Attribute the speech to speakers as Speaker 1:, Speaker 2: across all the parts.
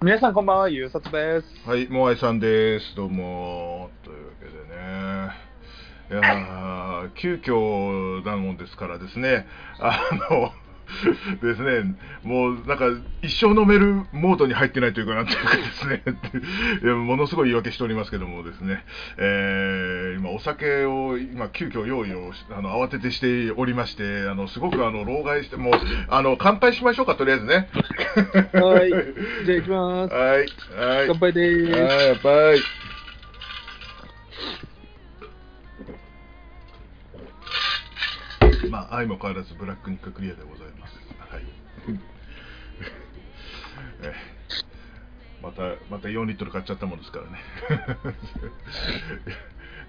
Speaker 1: 皆さんこんばんは、ゆうさつです。
Speaker 2: はい、モアイさんです。どうも。というわけでね。いやー、急遽なもんですからですね。あの、ですね、もうなんか一生飲めるモードに入ってないというかなんていうかですねいやものすごい言い訳しておりますけどもですね、えー今お酒を今急遽用意をしあの慌ててしておりましてあのすごくあの老害してもうあの乾杯しましょうかとりあえずね
Speaker 1: はい。じゃあ行きます。
Speaker 2: はいはい
Speaker 1: 乾杯でーす。
Speaker 2: はい、やっぱり。まあ、相も変わらずブラックニッカクリアでございます。はい。ええまた、また4リットル買っちゃったもんですからね。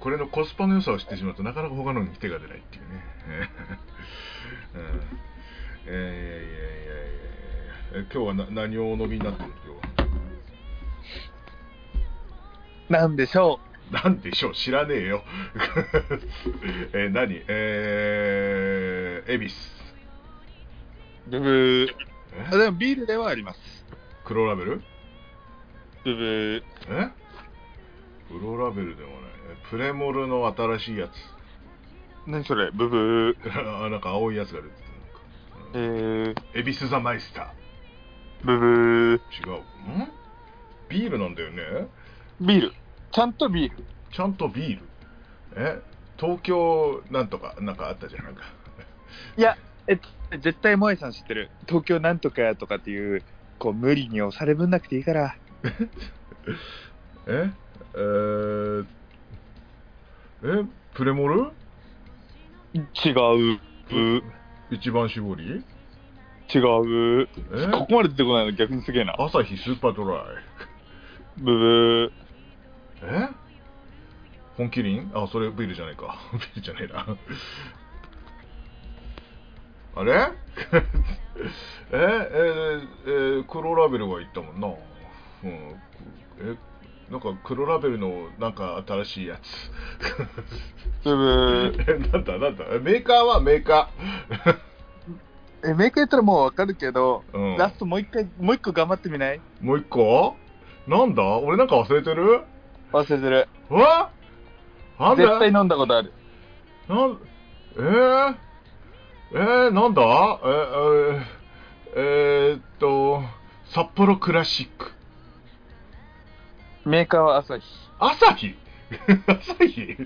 Speaker 2: これのコスパの良さを知ってしまうとなかなか他のに手が出ないっていうね。ええうん、ええいやいやいやいやいやえ今日はな何をお飲みになってるの今日は。
Speaker 1: なんでしょ
Speaker 2: なんでしょう知らねえよ。 えー何えー、恵比寿。
Speaker 1: う。ブブ
Speaker 2: え
Speaker 1: ー。あでもビールではあります。
Speaker 2: 黒ラベル
Speaker 1: ブブ
Speaker 2: え黒ラベルでもない。えプレモルの新しいやつ。
Speaker 1: ー。何それブブ
Speaker 2: あなんか青いやつが出て
Speaker 1: ー。えー、
Speaker 2: た。恵比寿ザマイスタ
Speaker 1: ブブ
Speaker 2: ー。違う。んビールなんだよね。
Speaker 1: ー。ビール。ちゃんとビール。
Speaker 2: ちゃんとビール。え東京なんとか、なんかあったじゃん。なんか。
Speaker 1: いや、えっと、絶対萌えさん知ってる。東京なんとかやとかっていう、こう、無理に押されぶんなくていいから。
Speaker 2: ええー、えプレモル
Speaker 1: 違う。違
Speaker 2: 一番搾り
Speaker 1: う。
Speaker 2: え
Speaker 1: ここまで出てこないの逆にすげえな。
Speaker 2: 朝日スーパードライ
Speaker 1: ブブ
Speaker 2: え本麒麟あそれビールじゃないか ビールじゃないなあれ えええー黒ラベルは言ったもんな、うん、えなんか黒ラベルのなんか新しいや
Speaker 1: ー。
Speaker 2: つ
Speaker 1: ブブー。
Speaker 2: えなんだなんだえメーカーはメー カ
Speaker 1: え、メイクやったらもうわかるけど、
Speaker 2: ー、うん、
Speaker 1: ラストもう一回、もう一個頑張ってみない
Speaker 2: もう一個なんだ俺なんか忘れてる
Speaker 1: 忘れてる。
Speaker 2: うわなんだ
Speaker 1: 絶対飲んだことある。
Speaker 2: なん、えー、えー、なんだえー、えー、えーっと、札幌クラシック。
Speaker 1: メーカーは朝日。
Speaker 2: 朝日 朝日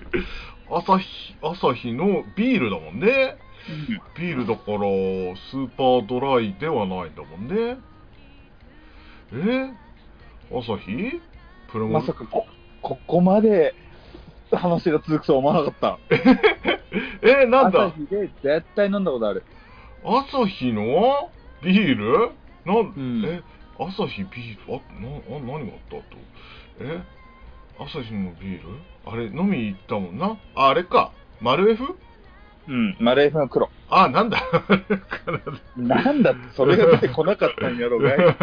Speaker 2: 朝日、朝日のビールだもんね。ビールだから、スーパードライではないんだもんね。えー、朝日プロモ
Speaker 1: まさかこ、ここまで話が続くとは思わなかっ
Speaker 2: えー、
Speaker 1: た。
Speaker 2: なんだ
Speaker 1: 朝日で絶対飲んだことある。
Speaker 2: 朝日のビールなん、
Speaker 1: うん
Speaker 2: え朝日ビールあなあ何があったとえ朝日のビールあれ飲み行ったもんなああれかマルエフ
Speaker 1: うん。マレーフの黒。
Speaker 2: あなんだ
Speaker 1: なんだって、それが出てこなかったんや ろうがい。
Speaker 2: あー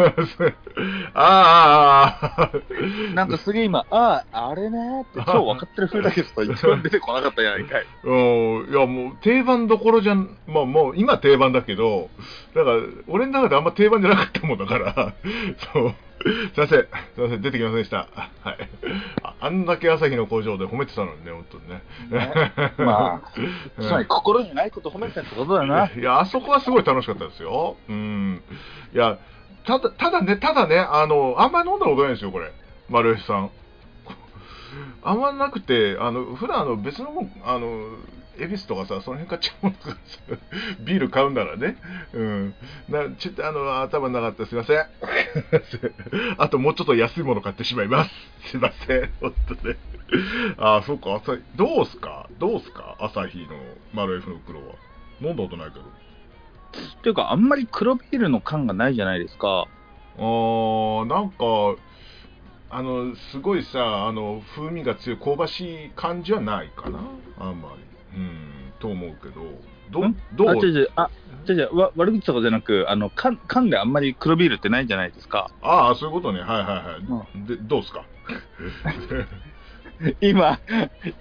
Speaker 2: あーあー
Speaker 1: なんかすげえ今、ああ、あれねーって超分かってる風だけどさ、一番出てこなかったやないかい。
Speaker 2: うんいやもう定番どころじゃん、まあ、もう今定番だけど、だから俺の中であんま定番じゃなかったもんだから、 そう、すいません、すいません、出てきませんでした、はい、ああんだけ朝日の工場で褒めてたのにね、本当にね。
Speaker 1: ねまあ、つまり心にないこと褒めてたってことだな。
Speaker 2: いや、あそこはすごい楽しかったですよ、うん、いや、ただただね、ただね、あの、あんまり飲んだことないんですよ、これ、丸吉さん。あんまなくて、あの普段あの別のもんあの恵比寿とかさ、その辺買っちゃうもんだからさ、ビール買うんならね、うん、なちょっとあの頭なかった、すいません。 あともうちょっと安いもの買ってしまいます。すいません、本当ね。あー、そうか、朝日、どうすか、どうすか、朝日のマルエフの黒は。飲んだことないけど。
Speaker 1: っていうか、あんまり黒ビールの感がないじゃないですか。
Speaker 2: あーなんかあのすごいさあの風味が強い香ばしい感じはないかなあんまりうんと思うけどど
Speaker 1: ん
Speaker 2: ど
Speaker 1: あ、違う
Speaker 2: う
Speaker 1: 違う、あ、違う違う、わ悪口とかじゃなく、あの、缶缶であんまり黒ビールってないじゃないですか。
Speaker 2: ああそういうことねはいはい はい、でどうですか
Speaker 1: 今、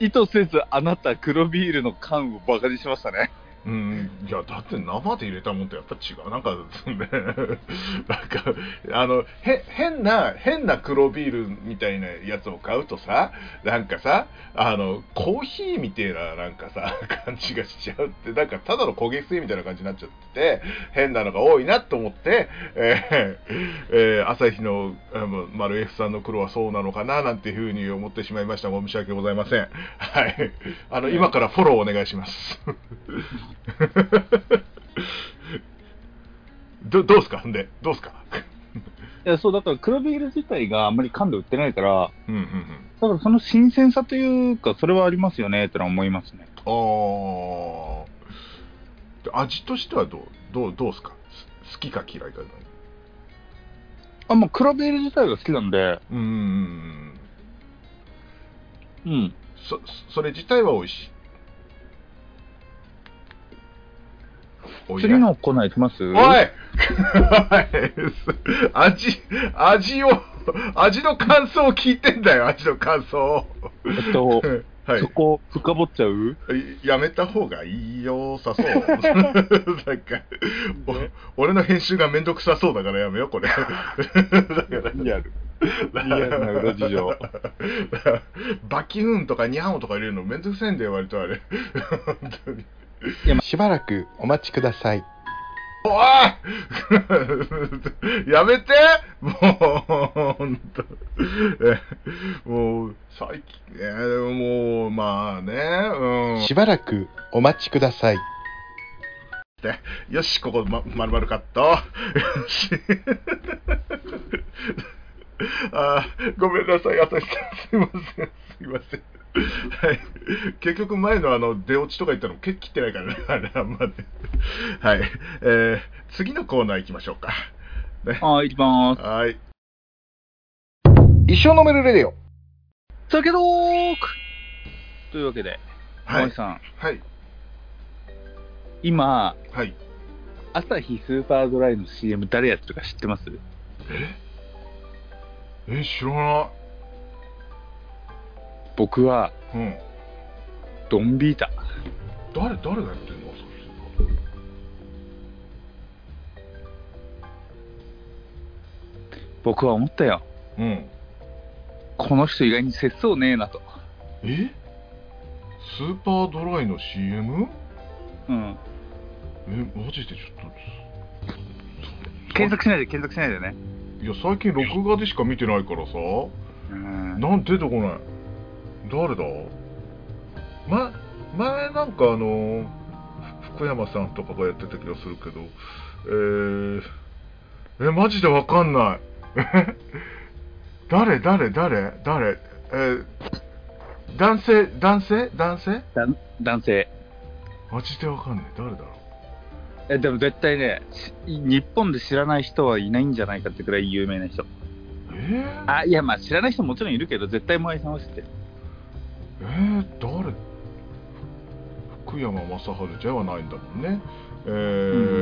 Speaker 1: 意図せずあなた黒ビールの缶をバカにしましたね。
Speaker 2: うんいやだって生で入れたもんとやっぱ違うなんか ですねなんかあのへ変な変な黒ビールみたいなやつを買うとさなんかさあのコーヒーみたいななんかさ 感じがしちゃうってなんかただの焦げ水みたいな感じになっちゃってて変なのが多いなと思って、えーえー朝日のあの丸 F さんの黒はそうなのかななんていうふうに思ってしまいましたが申し訳ございませんはいあの今からフォローお願いします どどうすかんでどうすか
Speaker 1: いやそうだから黒ビール自体があんまり缶で売ってないから
Speaker 2: うんうんうん
Speaker 1: だからその新鮮さというかそれはありますよねってのは思いますね
Speaker 2: ああ味としてはどうどうどうすかす好きか嫌いか
Speaker 1: あもう黒ビール自体が好きなんで
Speaker 2: うんうんうんう
Speaker 1: う
Speaker 2: ん
Speaker 1: ん
Speaker 2: そそれ自体は美味しいおい
Speaker 1: 次のコーナー行きます
Speaker 2: おいおい 味味を味の感想を聞いてんだよ味の感想を
Speaker 1: えっと、
Speaker 2: はい
Speaker 1: そこ深掘っちゃう
Speaker 2: やめた方がいいよさそう なんかお俺の編集がめんどくさそうだからやめようこ れだから
Speaker 1: リアルリアルな裏事情
Speaker 2: バキューンとかニャオとか入れるのめんどくさいんだよ割とあれ 本当に
Speaker 3: しばらくお待ちください。
Speaker 2: おい やめてもう、ほんと。えもう、最近、えーもう、まあね、
Speaker 3: しばらくお待ちください。
Speaker 2: うん。よし、ここ、ま、まるまるカット。よし。 あーごめんなさい、私すいません、すいません。はい、結局前のあの出落ちとか言ったのも結切ってないからね、あれあんまね。はい、えー次のコーナー行きましょうか。
Speaker 1: あ行きまーす
Speaker 2: はい。
Speaker 3: 一生飲めるレディオ。
Speaker 1: 酒トークというわけで
Speaker 2: は
Speaker 1: 森
Speaker 2: い。
Speaker 1: さん
Speaker 2: はい。
Speaker 1: 今
Speaker 2: はい。
Speaker 1: 朝日スーパードライの CM 誰やってるか知ってます
Speaker 2: え、知らな。
Speaker 1: 僕はい
Speaker 2: うん。
Speaker 1: ドンビータ
Speaker 2: 誰、誰がやってんの
Speaker 1: 僕は思ったよ
Speaker 2: うん。
Speaker 1: この人意外に節操ねえなと
Speaker 2: えスーパードライの CM?
Speaker 1: うん
Speaker 2: え、マジでちょっと。
Speaker 1: 検索しないで検索しないでね
Speaker 2: いや、最近録画でしか見てないからさ。
Speaker 1: うん
Speaker 2: なん出てこない。誰だま、前なんかあの、ふ福山さんとかがやってた気がするけど、えー、え、マジでわかんない。 え誰誰誰誰えー、男性男性男性
Speaker 1: 男性
Speaker 2: マジでわかんない。誰だろ
Speaker 1: えでも絶対ねし日本で知らない人はいないんじゃないかってくらい有名な人
Speaker 2: うえー、
Speaker 1: あいやまあ知らない人ももちろんいるけど絶対萌えさんは知ってる
Speaker 2: えー、誰福山雅治じゃないんだもんね。えー、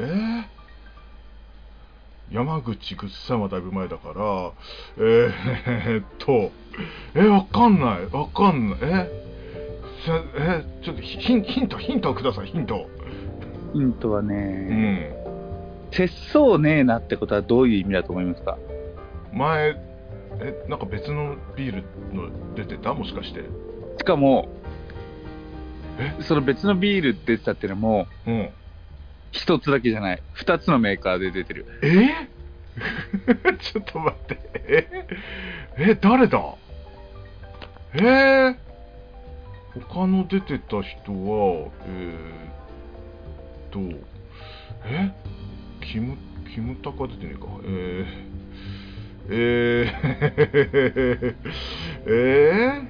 Speaker 2: えー山口ぐっさんはだいぶ前だから、えー、えーっと、えー、わかんない、わかんない、えさえーちょっとヒヒンヒント、ヒントをください、ヒント。
Speaker 1: ヒントは
Speaker 2: う
Speaker 1: ね、
Speaker 2: ん、
Speaker 1: 節操ねえなってことはどういう意味だと思いますか
Speaker 2: 前、え、なんか別のビールの出てたもしかして。
Speaker 1: しかも
Speaker 2: え
Speaker 1: その別のビール出てたってのも
Speaker 2: うん。
Speaker 1: 一つだけじゃない二つのメーカーで出てる
Speaker 2: え ちょっと待って。ええ、誰だえー、他の出てた人は、えー、っと、えキム、キムタカ出てねえか。えー、 えー、え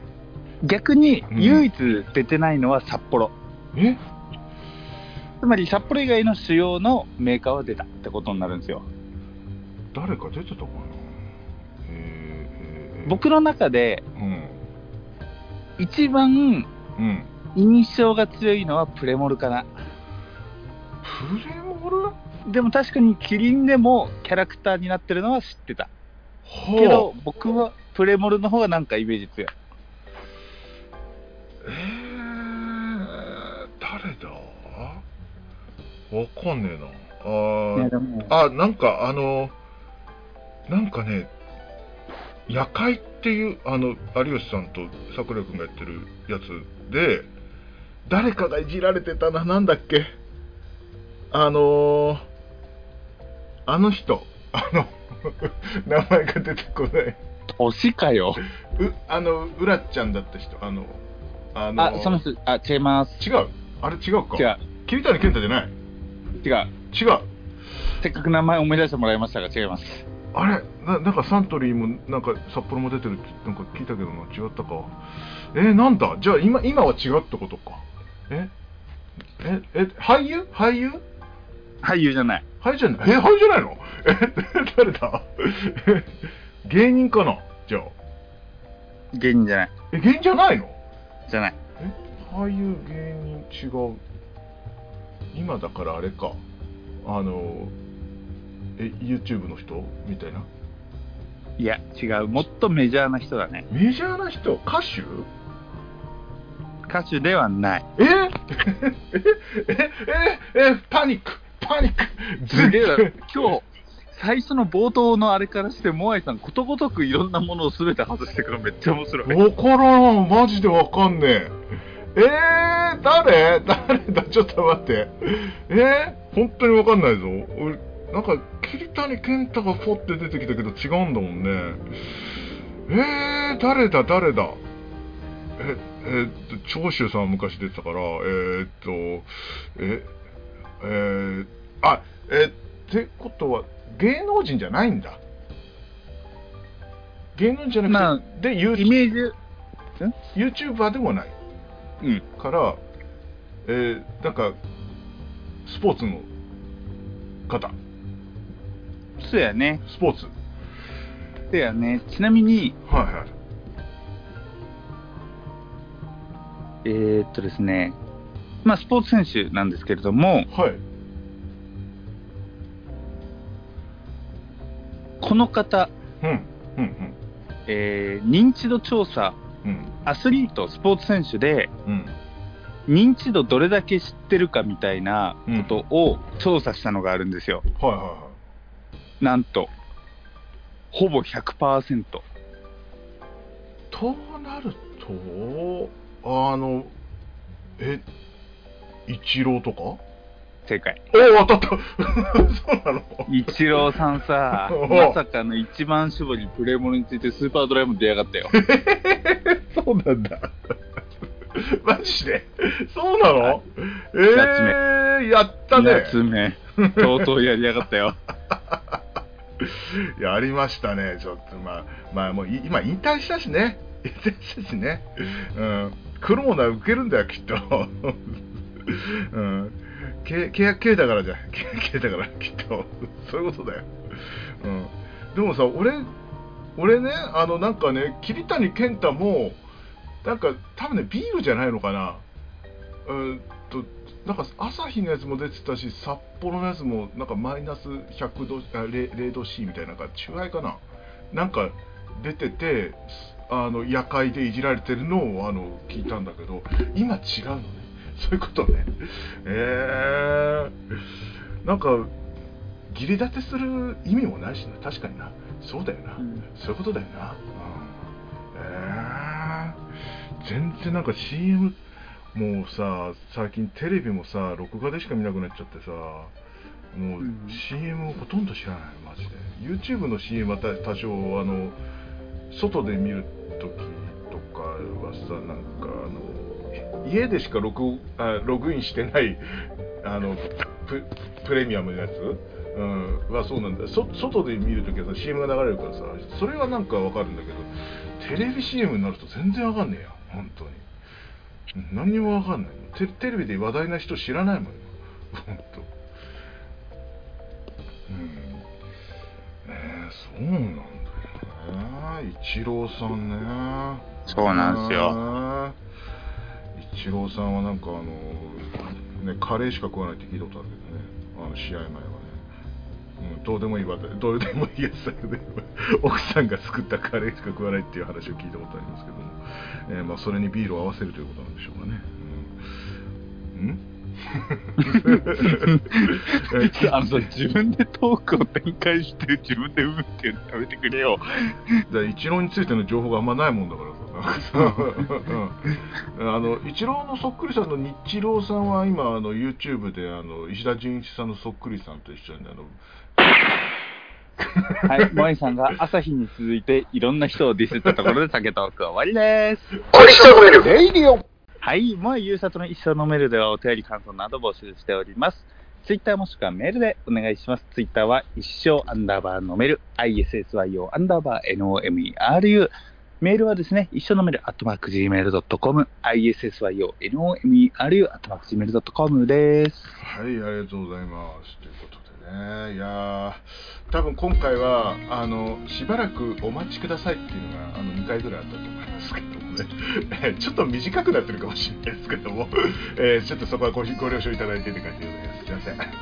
Speaker 2: ー、
Speaker 1: 逆に
Speaker 2: うん
Speaker 1: 唯一出てないのは札幌、
Speaker 2: え
Speaker 1: つまり札幌以外の主要のメーカーは出たってことになるんですよ
Speaker 2: 誰か出てたかなえー、えー、
Speaker 1: 僕の中で
Speaker 2: うん、
Speaker 1: 一番
Speaker 2: うん。
Speaker 1: 印象が強いのはプレモルかな
Speaker 2: プレモル
Speaker 1: でも確かにキリンでもキャラクターになってるのは知ってた
Speaker 2: ほう
Speaker 1: けど僕はプレモルの方がなんかイメージ強い
Speaker 2: えー、だわかんねえな。あ
Speaker 1: いや
Speaker 2: ー
Speaker 1: でも
Speaker 2: あ、なんかあの、なんかね、夜会っていう、あの、有吉さんと桜井くんがやってるやつで、誰かがいじられてたな、なんだっけ。あのーあの人、あの、 名前が出てこない。
Speaker 1: 推しかよ。
Speaker 2: う、あの、うらっちゃんだった人、あの、あの
Speaker 1: あ、その人、あ、違います。
Speaker 2: 違う。あれ違うか。
Speaker 1: 違う、
Speaker 2: 桐谷健太じゃない。
Speaker 1: 違う。
Speaker 2: 違う。
Speaker 1: せっかく名前思い出してもらいましたが、違います。
Speaker 2: あれななんかサントリーもなんか札幌も出てるってなんか聞いたけどな違ったかえー、なんだじゃあ今今は違うってことかえええ俳優俳優
Speaker 1: 俳優じゃない。
Speaker 2: 俳優じゃないえ俳優じゃないのえ誰だえ芸人かなじゃあ
Speaker 1: 芸人じゃない。
Speaker 2: え芸人じゃないの
Speaker 1: じゃない。
Speaker 2: え俳優芸人違う今だからあれかあのえ YouTube の人みたいない
Speaker 1: や、違う。もっとメジャーな人だね。
Speaker 2: メジャーな人歌手
Speaker 1: 歌手ではない。
Speaker 2: え ええええパニックパニック
Speaker 1: すげえ な。今日、最初の冒頭のあれからして、モアイさん、ことごとくいろんなものを全て外してくるのめっちゃ面白い。
Speaker 2: わからんマジでわかんねええー、誰誰だ ちょっと待ってえー、本当にわかんないぞ俺なんか桐谷健太がポッて出てきたけど違うんだもんねえー、誰だ誰だええーっと長州さんは昔出てたからえー、っとええー、あえーってことは芸能人じゃないんだ芸能人じゃなくて、
Speaker 1: まあ
Speaker 2: で YouTube
Speaker 1: イメージ、
Speaker 2: ユーチューバーでもない
Speaker 1: うん。
Speaker 2: から、えーなんかスポーツの方
Speaker 1: そうやね。
Speaker 2: スポーツ
Speaker 1: そうやね。ちなみに、
Speaker 2: はいはい
Speaker 1: えー、っとですね、まあ、スポーツ選手なんですけれども、
Speaker 2: はい
Speaker 1: この方、
Speaker 2: うんうん
Speaker 1: えー認知度調査、
Speaker 2: うん
Speaker 1: アスリート、スポーツ選手で、
Speaker 2: うん
Speaker 1: 認知度どれだけ知ってるかみたいな
Speaker 2: うん
Speaker 1: ことを調査したのがあるんですよ。
Speaker 2: はいはいは
Speaker 1: なんと、ほぼ100%。
Speaker 2: いとなるとあのえイチローとかお
Speaker 1: 正解。
Speaker 2: お当たった そうなの
Speaker 1: イチローさんさ
Speaker 2: お、
Speaker 1: まさかの一番絞りプレーモルについてスーパードライも出やがったよ。
Speaker 2: そうなんだ。 マジでそうなの、
Speaker 1: はい
Speaker 2: えー、やったね
Speaker 1: 二つ目、とうとうやりやがった よ。
Speaker 2: い やありましたね、ちょっと、まあ、まあ、もうい今、引退したしね、 引退したしね、うん、来るものは受けるんだよ、きっと。 うん、け契約切れたからじゃ ん、契約切れたから、きっと、 そういうことだよ。うん、でもさ、俺、俺ね、あのなんかね、桐谷健太も、なんか、多分ね、ビールじゃないのかな。うんとなんか朝日のやつも出てたし札幌のやつもなんかマイナス100度あ 0, 0度 C みたいななんか中杯かななんか出ててあの夜会でいじられてるのをあの聞いたんだけど今違うのね そういうことねえー、なんか義理立てする意味もないしな確かになそうだよな、
Speaker 1: うん
Speaker 2: そういうことだよな、うんえー、全然なんか CM もうさ最近テレビもさ録画でしか見なくなっちゃってさもううん CM をほとんど知らないマジで YouTube の CM はた多少あの外で見る時とかはさなんかあのい家でしか録あログインしてないあのププレミアムのやつ、うん、はそうなんだそ外で見るときはさ CM が流れるからさそれはなんかわかるんだけどテレビ CM になると全然わかんねえや本当に何にもわかんないテテレビで話題な人知らないもん本当うんえー、そうなんだよねイチローさんね
Speaker 1: そうなんですよ。
Speaker 2: よイチローさんはなんかあのねカレーしか食わないって聞いたことあるけどねあの試合前はね、うん、どうでもいいわどうでもいいやつだけど奥さんが作ったカレーしか食わないっていう話を聞いたことありますけども、えーまあ、それにビールを合わせるということなんでしょうかねうん、うん
Speaker 1: あのさ、自分でトークを展開して、自分でうんって食べてくれよ。
Speaker 2: だイチローについての情報があんまないもんだからさ、なんかさうんあのイチローのそっくりさんの日郎さんは今あの YouTube であの石田純一さんのそっくりさんと一緒にあの
Speaker 1: はい、萌えさんが朝日に続いていろんな人をディスったところで酒トーク終わりです。
Speaker 3: 小西とめるレイディオ
Speaker 1: はい、萌えゆうさとの一生のメールではお便り感想など募集しております。ツイッターもしくはメールでお願いします。ツイッターは一生アンダーバーのメル、ISSYO アンダーバー NOMERU。メールはですね、一緒のメール、アットマーク Gmail.com、ISSYO NOMERU、アットマーク Gmail.com です。
Speaker 2: はい、ありがとうございます。ということでね、いやー、多分今回は、あの、しばらくお待ちくださいっていうのが、あの、2回ぐらいあったと思いますけどもね、 えーちょっと短くなってるかもしれないですけども、 えーちょっとそこはごご了承いただいてって感じでございます。すいません。 なんか、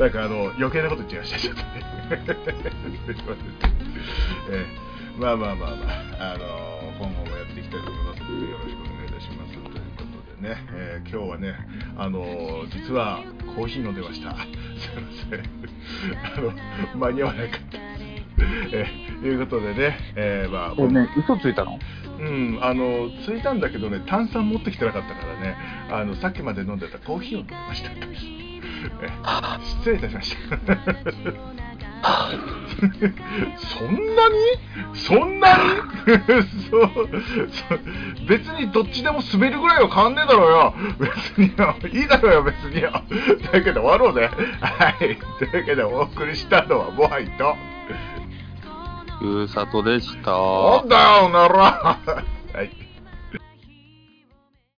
Speaker 2: なんかあの、余計なこと言っちゃいました、ちょっとね。 すいませんえーまあまあまあまあ、あの今後もやっていきたいと思いますので、よろしくお願いいたします。ということでね、えー今日はね、あのー実はコーヒー飲んでました。す いません。 あの間に合わなかった です。えーということでね、えーまあ、
Speaker 1: ね、嘘ついたの
Speaker 2: うん、あの着いたんだけどね、炭酸持ってきてなかったからね、あのさっきまで飲んでたコーヒーを飲みました。え 失礼いたしました。 そんなにそんなに そうそう別にどっちでも滑るぐらいは変わんねえだろうよ別によいいだろうよ別によだけど終わろうねはいというわけでお送りしたのはモハイと
Speaker 1: ゆうさとでした。
Speaker 2: なんだよおなら